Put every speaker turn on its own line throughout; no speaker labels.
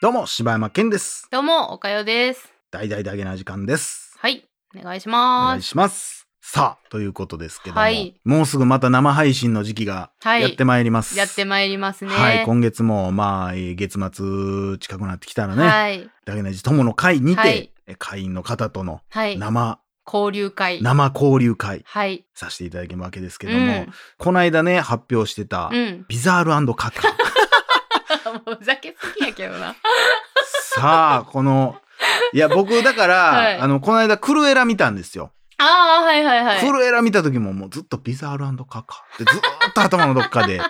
どうも、柴山健です。
どうも、おかよです。
大々だげな時間です。
はい、お願いし
お
ま
願い
す。
します。さあ、ということですけども、
はい
もうすぐまた生配信の時期が
はい、
やってまいります。
やってまいりますね。
はい、今月も、まあ、えー月末近くなってきたらね、
はい、
だけなじ友の会にて、
はい
え会員の方との
はい
生、
交流会。
生交流会
はい。
させていただけるわけですけ
う
ども、
ん、
この間ね、発表してた、
うん。
ビザールカカ。
もうふざけすぎやけどな。
さあ、この、いや、僕、だから、
はい
あの、この間、クルエラ見たんですよ。
ああ、はいはいはい。
クルエラ見た時も、もうずっとビザールカカってずーっと頭のどっかで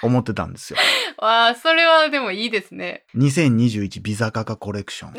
思ってたんですよ。
わあ、それはでもいいですね。
2021ビザカカコレク ション。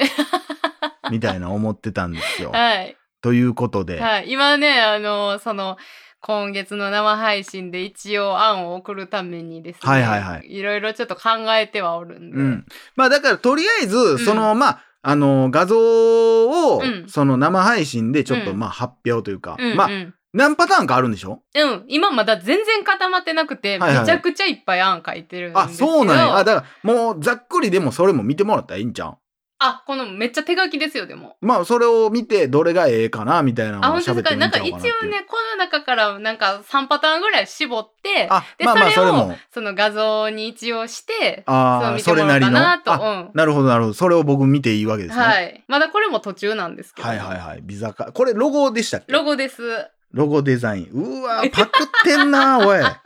みたいな思ってたんですよ。
はい、
ということで、
はい、今ね、あの、その。今月の生配信で一応案を送るためにですね。。
はいはいはい
いろいろちょっと考えてはおるんで。
うん。まあ、だから、とりあえず、
ん
その、まあ、あの、画像を、
うん
その生配信でちょっと、
うん
まあ、発表というか、
うん、うん、
まあ、何パターンかあるんでしょ
うん、今まだ全然固まってなくて、
はいはい
めちゃくちゃいっぱい案書いてるんです
あ、
けど
そうなんや。あ、だから、もう、ざっくりでもそれも見てもらったらいいんじゃん。
あこのめっちゃ手書きですよでも。
まあ、それを見て、どれがええかな、みたいな
あ
のを
本当
喋
で
っ
す
て
か
み
な
た
ん
の
か一
か
応
なっ
ね
ていう。
この中からなんか3パターンぐらい絞って
あ、
で
まあまあ、
そ
そ
れ
れ
を
も。
その画像に一応してそう
ああ、
見て
そ
も
れ
ら
な
おう
り
か
の。
なと
あ、なるほど、なるほど。それを僕見ていいわけ
うん、
ですね。は。
はいいまだこれも途中なんですけど、
はいはいはいビザカ。これロゴでしたっけ
ロゴです
ロゴデザイン。うわーパクってんな ー、おい。うわ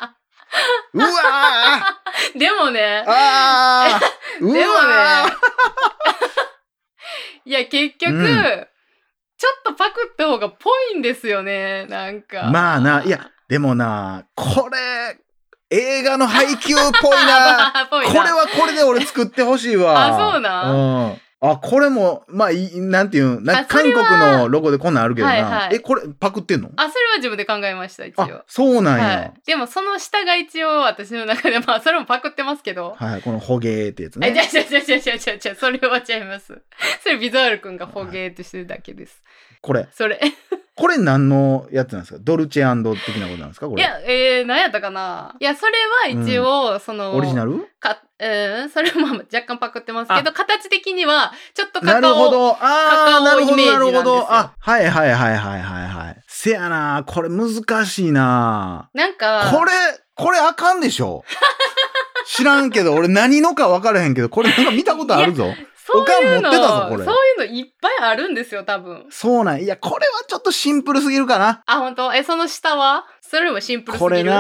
ー
でもね
あーうわー
でもねいや結局、
うん
ちょっとパクった方がぽいんですよねなんか
まあないやでもなこれ映画の配給っぽい な
あぽい
こ
な
れはこれで俺作ってほしいわ、
あそうなん
あこれもまあいなんていうんなん
あ
か
それ
韓
は
国のロゴでこんなんあるけどな、
はいはい
えこれパクってんの
あそれは自分で考えました一応
あそうなん
は
や
い、、でもその下が一応私の中でまあそれもパクってますけど、
はいこの「ホゲー」ってやつ
えじゃあ
ね
じゃあじゃあじゃあじゃあじゃあじゃあそれはちゃいますそれビザールくんがフォゲーってしてるだけです、
これ
それ
これ何のやつなんですかドルチェ的なことなんですかこ
い
れ
やえー、何やったかないやそれは一応、その
オリジナル
か、うん、それも若干パクってますけど形的にはちょっと
な
カ
る
カ
ほ
オ
ど。ああ、
カ
な
カオ
るほど、
イメージ
な
なんで
る
すよ
ほど。あ、はいはいはいはいはいはい。せやな、これ難しいな。
なんか
これ、これあかんでし ょ。知らんけど、俺何のか分からへんけど、これなんか見たことあるぞ。
そういうの
おかん持ってたぞこれ
そういうのいっぱいあるんですよ多分
そうなん。いや、これはちょっとシンプルすぎるかな。
あ本当えその下はそれもシンプルすぎ
こ
る
れな、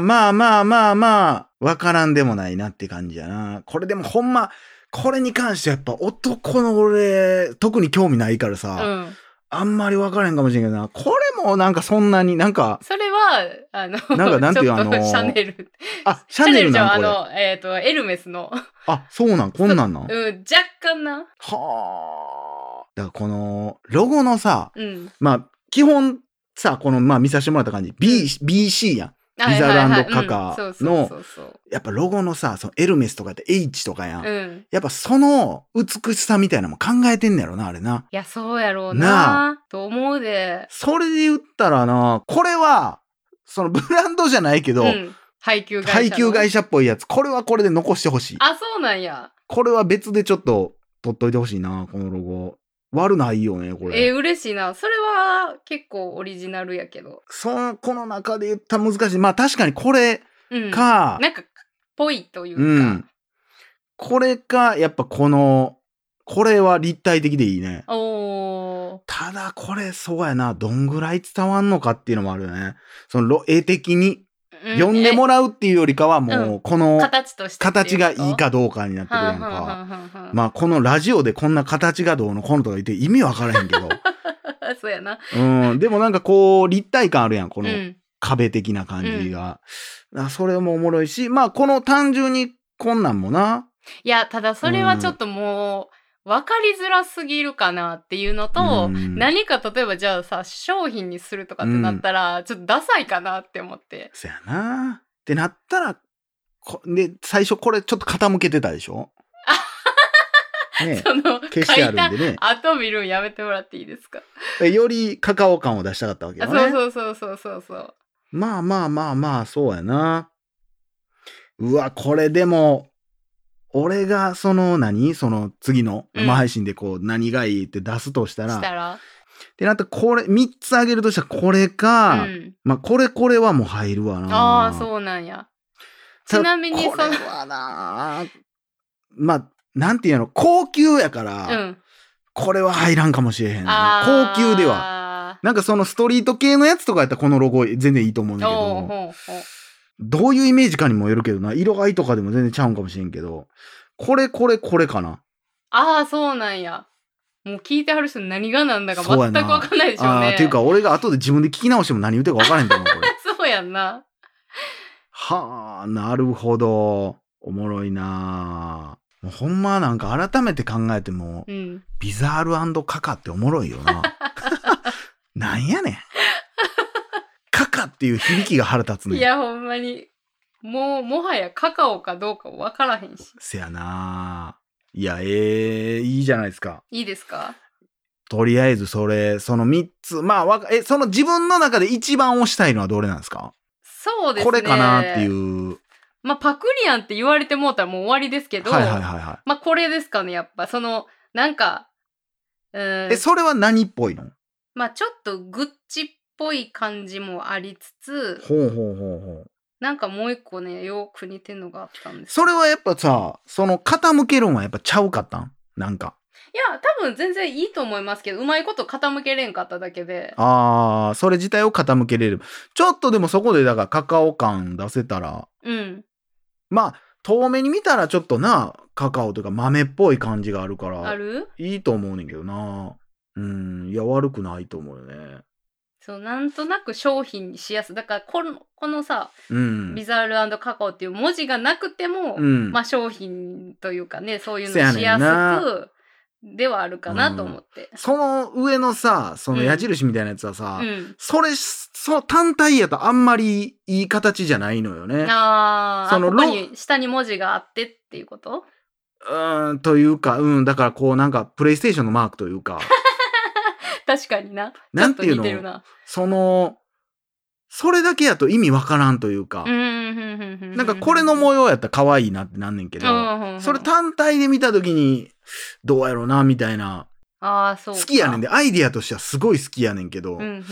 まあまあまあまあ、分からんでもないなって感じやな。これでもほんま、これに関してはやっぱ男の俺、特に興味ないから
う
さ、
ん
あんまり分からへんかもしれんけどな。これもなんかそんなになんか、
それは、あの、
なんかなんていう
ちょっと
あのー
シャネル。
あ、シャネル
じ
な
ゃ
ん
ん、あ
これ。
の、えっ、と、エルメ スの。
あ、そうなん、こんなんなん。は
うん、若干な。
あ。だからこの、ロゴのさ、
うん。
まあ、基本さ、この、まあ見させてもらった感じ、B、BC やん。
はい
ザル
はいはい
カカ
うんそうそうそうそう
やっぱロゴのさ、そのエルメスとかって H とかやん。
うん。
やっぱその美しさみたいなのも考えてんねやろな、あれな。
いや、そうやろう
な
な。と思うで。
それで言ったらな、これは、そのブランドじゃないけど、
うん。配給会社の。
配給会社っぽいやつ、これはこれで残してほしい。
あ、そうなんや。
これは別でちょっと取っといてほしいな、このロゴ。悪ないよね、これ。
えー、嬉しいな。それは結構オリジナルやけど。
その、この中で言ったら難しい。まあ確かにこれ
うん。
か、
なんか、ぽいというか。
うん。これか、やっぱこの、これは立体的でいいね。
おー。
ただこれ、そうやな、どんぐらい伝わんのかっていうのもあるよね。その、ろ絵的に、
う
読んでもらうっていうよりかはもう、こ
え
の
形としてってうこと。
形がいいかどうかになってくる
は
やん
んはんは
か。
んはんはん。
まあ、このラジオでこんな形がどうのこうのとか言って意味わからへんけど。
そうやな。
うん。でもなんかこう、立体感あるやん、こ
う
の
ん。
壁的な感じが、あそれもおもろいしまあこの単純にこんなんもない
やただそれはちょっともう分かりづらすぎるかなっていうのと、
うん
何か例えばじゃあさ商品にするとかってなったら、ちょっとダサいかなって思って
そやなってなったらこで最初これちょっと傾けてたでしょね
その
消し
書
てあ
い
るん
た
でね
後見るんやめてもらっていいですか、
えよりカカオ感を出したかったわけ
あ
よね
そうそうそうそうそうそう
まあまあまあまあそうやなうわ、これでも、俺がその何その次の
うん
生配信でこう何がいいって出すとしたら、
し
で
たら、
ってなったらこれ3つあげるとしたらこれ
う
か、
ん、
まあこれこれはもう入るわな
ああそうなんや
ただ
ちなみにその
これはなまあなんていうの高級やか
う
ら、
ん
これは入らんかもしれへんな
あー
高級ではなんかそのストリート系のやつとかやったらこのロゴ全然いいと思うんだけ
おう
ど
ほうほう
どういうイメージかにもよるけどな色合いとかでも全然ちゃうんかもしれんけどこれこれこれかな
ああそうなんやもう聞いてはる人に何がなんだか全く
そうや
分
な
かんないでしょう
あ
ね
ーっていうか俺が後で自分で聞き直しても何言ってるか分からへんと思うこれ
そうやんな
はあなるほどおもろいなもうほんまなんか改めて考えても
うん
ビザールカカっておもろいよ ななんやねんカカっていう響きが腹立つねん
いやほんまにもうもはやカカオかどうか分からへんし
せやないやええいいじゃないですか
いいですか
とりあえずそれその3つまあわかえその自分の中で一番推したいのはどれなんですか
そうですね
これかなっていう
まあパクリアンって言われてもうたらもう終わりですけど、
はいはいはいはい
まあこれですかねやっぱそのなんかうー
え、
ん
それは何っぽいの
まあちょっとグッチっぽい感じもありつつ
ほうほうほうほう。
なんかもう一個ねよく似てんのがあったんです
それはやっぱさ、その傾けるんはやっぱちゃうかったんなんか。
いや多分全然いいと思いますけどうまいこと傾けれんかっただけで
あー、それ自体を傾けれる。ちょっとでもそこでだからカカオ感出せたら、
うん
まあ、遠目に見たらちょっとな、カカオというか豆っぽい感じがあるか
あ
ら、
る
いいと思うねんけどな。うん、いや、悪くないと思うよね。
そうなんとなく商品にしやすいだからこのこのさ
う
「ビ
ん。
ザールカカオ」っていう文字がなくても、
うん
まあ商品というかねそういう
せ
の
や
し
ね
や
んな
すくではあるかなと思って。
その上のさ、その矢印みたいなやつはさ、
うん
それ、その単体やとあんまりいい形じゃないのよね。
あーあ
その
ここ
ロ
に下に文字があってっていうこと
うーん、というか、うん、だからこうなんか、プレイステーションのマークという か、
確かにな。
なんていうの
ちょっと似てるな。
その、それだけやと意味わからんというか
う、んうんうんうんうん
なんかこれの模様やったら可愛いなってなんねんけ
うん
ど、
うんうん
それ単体で見た時に、どうやろうな、みたいな、
ああそう
好
か
きやねんで、アイディアとしてはすごい好きやねんけど、う
う
んん、
うん、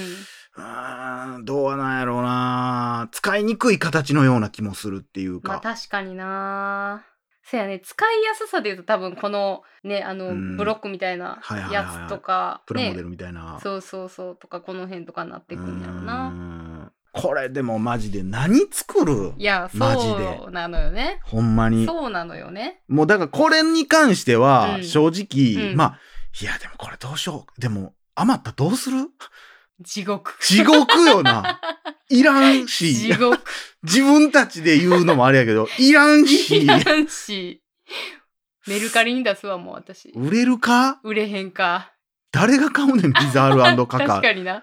んどうなんやろうな、使いにくい形のような気もするっていう
まあ
か、
確かになせやね使いやすさで言うと多分このねあの、
うん
ブロックみたいな
はいはいはいはい
やつとか、
プ
ね
ラモデルみたいな。
そうそうそうとかこの辺とかになってくんやろ
うー
なん
これでもマジで何作る
いや
マジで
そうなのよね
ほんまに。
そうなのよね
もうだからこれに関して
う
は
ん
正直、
うん
まあいやでもこれどうしようでも余ったらどうする
地獄
地獄よ ないらんし
地獄
自分たちで言うのもあれやけどいらんし
いらんしメルカリに出すわもう私
売れるか
売れへんか
誰が買うねんビザールカ
確
カ
かにな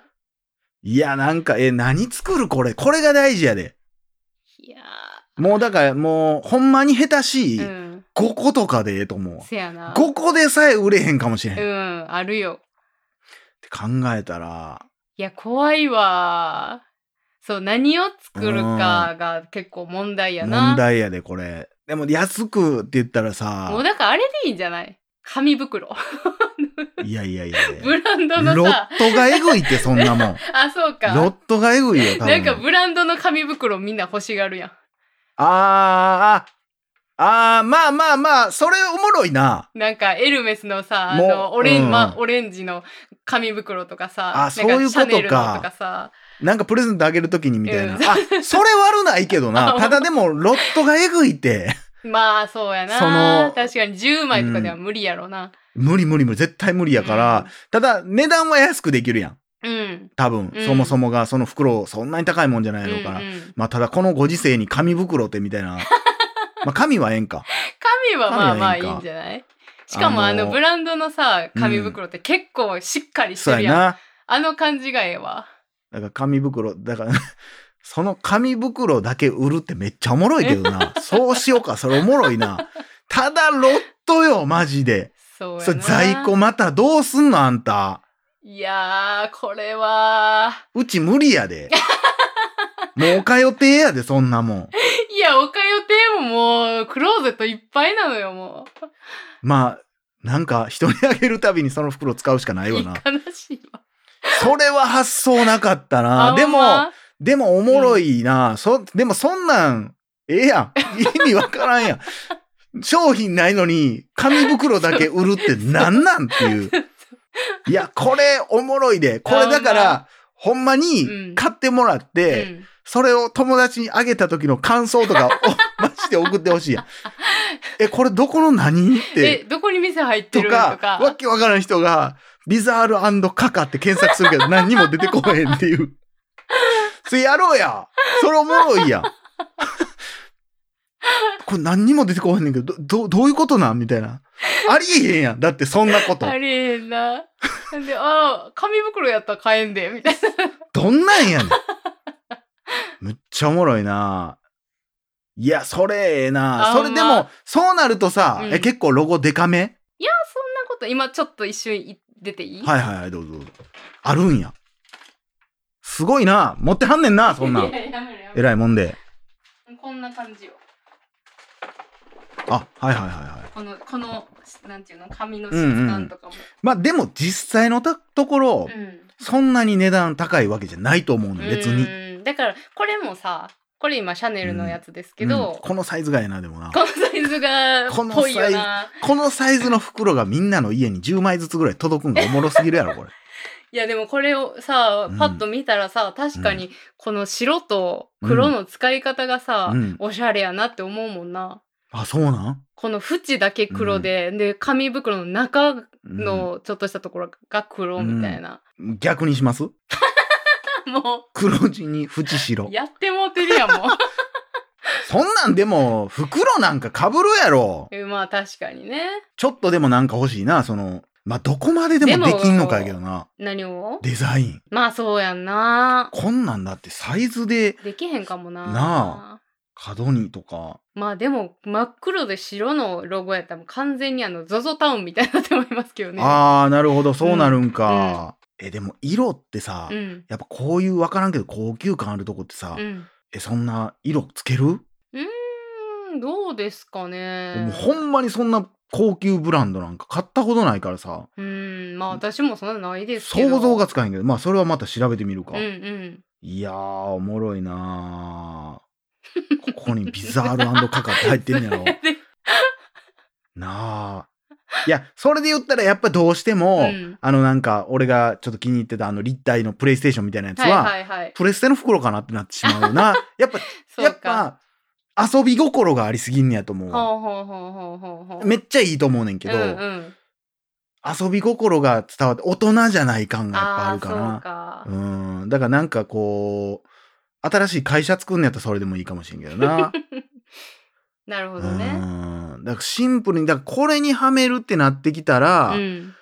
い
やなんかえ何作るこれこれが大事やで
いや
もうだからもうほんまに下手しい
ーう
5
ん
個とかでええと思うわ
せやな
5個でさえ売れへんかもしれへん、
う
っ
んあるよ
て考えたら
いや怖いわそう何を作るかが結構問題やな
問題やでこれでも安くって言ったらさ
もうだからあれでいいんじゃない紙袋
いやいやいやいや。
ブランドの
ロッ
さ
トがえぐいって、そんなもん。
あそうか
ロットがえぐいよ、多
なん
分。
かブランドの紙袋みんな欲しがるや
あー、あ、あー、まあまあまあ、それおもろいな。
ん。なんかエルメスのさ、あ
もう
のオレン、
うん
ま、オレンジの紙袋とか
あ
さ、なんか
そういうことか
シャネルのとかさ、
なんかプレゼントあげるときにみたいな。
うん
あ、それ悪ないけどな。
あ
ただでも、ロットがえぐいって。
まあそうやな。
その
確かに10枚とかでは無理やろな。
無理無理無理、絶対無理やから。ただ、値段は安くできるやん。
うん。うん。
多分、
うん
そもそもが、その袋、そんなに高いもんじゃないのから。
うんうん
まあ、ただ、このご時世に紙袋ってみたい な。まあ、紙はええんか。
紙はまあまあ
紙はい
い
いんか
いんじゃないしかも
あ
あ
の
のブランドのさ、紙袋って結構しっかりして
そう
る
や
やん。
な。
あの感じがええわ。
だから紙袋、だから、 その紙袋だけ売るってめっちゃおもろいけど な。そうしようか、それおもろいな。ただロットよ、マジで。
そうやな。
それ在庫またどうすんの、あんた。
いやー、これは。
うち無理やで。もう通ってええやで、そんなもん。
いや、おどっか予定ももう、クローゼットいっぱいなのよ、も
まあ、なんか人にあげるたびにその袋使うしかな
う。
いわ
悲
な。
しいわ。
それは発想なかったな。
あ
でも、
ほんま
でもおもろいな。そ、でもそんなん、ええやん。意味わからんやん。商品ないのに、紙袋だけ売るってなんなんって いう。いや、これおもろいで。これだから、ほんま
う
に
ん
買ってもらって、
うん
それを友達にあげた時の感想と かを、マジで送ってほしいやん。え、これどこの何って。
え、どこに店入って
と
るとか。
か、わけわからん人が、ビザールカカって検索するけど何にも出てこへんって いう。それやろうや。それおもろいやん。これ何にも出てこへんねんけど、ど、どどういうことなんみたいな。ありえへんやん。だってそんなこと。
ありえへんな。で、ああ、紙袋やったら買えんで、みた いな。
どんなんやねん。むっちゃおもろいな。いや、それええな。
あ
それで
ほん
も
ま、
そうなるとさ、
うん
え、結構ロゴデカめ
いや、そんなこと、今ちょっと一瞬い出ていい
はいはいはい、どうぞどうぞ。あるんや。すごいな。持ってはんねんな、そんな
や
ん。
やめろや
え
めろ
らいもんで。
こんな感じよ。
あ、はいはいはいはい。
この、この、なんていうの、紙の質
うんうん
感とかも。
まあでも実際のたところ
う、ん。
そんなに値段高いわけじゃないと思うの、別に。
に。だから、これもさ、これ今、シャネルのやつですけ
うん
ど、
このサイズがええな、でもな
こ。のサイズが、
この
ぽいよな。
このサイズの袋がみんなの家に10枚ずつぐらい届くんがおもろすぎるやろ、これ。
いや、でもこれをさ
うん、
パッと見たらさ、確かに、この白と黒の使い方がさ、
うん
おしゃれやなって思うもんな。
あ、そうなん
この縁だけ黒で、で、紙袋の中
うん
のちょっとしたところが黒みたいな。
逆にします
も
黒地に縁白
う、。やってもうてるやん、もう。
そんなんでも、袋なんか被るやろ。
えまあ確かにね。
ちょっとでもなんか欲しいな、その、まあ、どこまででもできんのかやけどな。
何を
デザイン。
まあそうやんな。
こんなんだってサイズで
できへんかもな。
な角にとか。
まあでも真っ黒で白のロゴやったらもう完全にあの ZOZO タウンみたいになって思いますけどね。
ああ、なるほど、そうなるんか。え、でも色ってさ、
うん。
やっぱこういうわからんけど高級感あるとこってさ、
うん。
え、そんな色つける、
うーん、どうですかね
もう。ほんまにそんな高級ブランドなんか買ったことないからさ、
うん、まあ私もそんなないですけど。
想像がつかへんけど、まあそれはまた調べてみるか。
うんうん。
いやー、おもろいなーここにビザールカカって入ってんねや ろ。なあ。いや、それで言ったらやっぱどうしても、
うん
あのなんか俺がちょっと気に入ってたあの立体のプレイステーションみたいなやつは、
はいはいはい。
プレステの袋かなってなってしまう な。やっぱ、
そ
や
う
っぱ
か。
遊び心がありすぎんねやと思うわ。
ほうほうほうほうほうほう。
め
っち
っちゃいいと思うねんけど、遊び心が伝わって大人じゃない感がやっぱある
ああー、
か
そう
な。
か。
うん。だからなんかこう、新しい会社作んねやったらそれでもいいかもしれんけどな。
なるほ
う
どね。
ん。だからシンプルに、だからこれにはめるってなってきたら、
うん。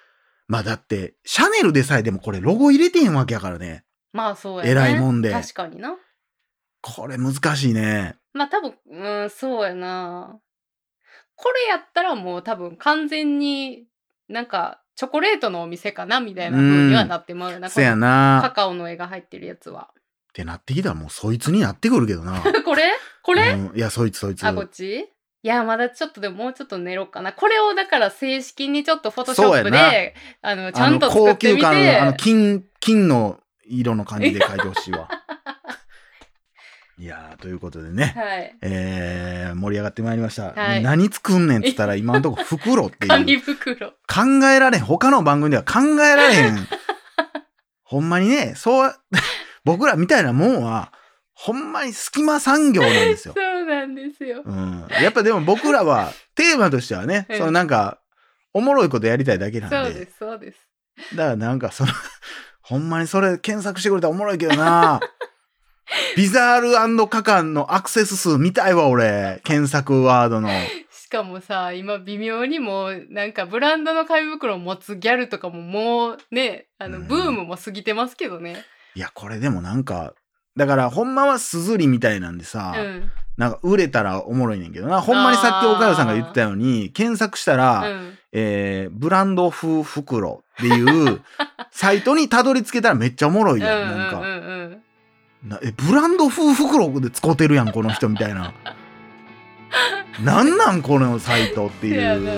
まあだって、シャネルでさえでもこれロゴ入れてへんわけやからね。
まあそうやね。
偉いもんで
確かにな。
これ難しいね。
まあ多分、うん、そうやな。これやったらもう多分完全になんかチョコレートのお店かなみたいな風にはなってまうよな。
そや
このカ
な。っ
カオの絵が入ってるやつは。
てなってきたらもうそいつになってくるけどな。
これこれ、
うんいや、そいつそいつ。
あ、こっちいや、まだちょっとでももうちょっと寝ろうかな。これをだから正式にちょっとフォトショ
そうや
ップ
な
で、あの、ち
あ
ゃ
の
んと作ってみ
高級感のあの
て。
金、金の色の感じで書いてほしい わ。いやー、ということでね。
はい。
えー、盛り上がってまいりました。
はい
何作んねんっつったら今のとこ袋ってい
紙
う。
袋。
考えられん。他の番組では考えられ へん。ほんまにね、そう、 僕らみたいなもんは、ほんまに隙間産業なんですよ
そ。うなんですよ。
うん。やっぱでも僕らは、テーマとしてはね、
うん
そのなんか、おもろいことやりたいだけなん
そうです、そうです。
だからなんかその、 ほんまにそれ検索してくれたらおもろいけどな。ビザールカカンのアクセス数見たいわ、俺。検索ワードの。
しかもさ今微妙にもうなんかブランドの紙袋を持つギャルとかももうねあの
うん
ブームも過ぎてますけどね。
いや、これでもなんか、だからほんまはスズリみたいなんでさ、
うん
なんか売れたらおもろいねんけどな。ほんまにさっき岡田さんが言ってたように、検索したら、
うん
えー、ブランド風袋っていう サイトにたどり着けたらめっちゃおもろい
うんう
やん。なんか、
んうん
なえブランド風袋で使ってるやんこの人みたいななんなんこのサイトってい
せや
う
な。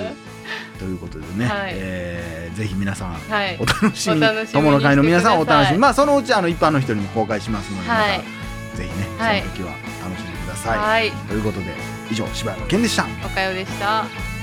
ということでね、
はい
えーぜひ皆さん、
はい
お楽しみ
お楽しみにしてください
友の会の皆さんお楽しみまあそのうちあの一般の人にも公開しますので、
はい
またぜひね、
はい
その時は楽しんでください、
はい
ということで以上柴山健でした
おかよでした。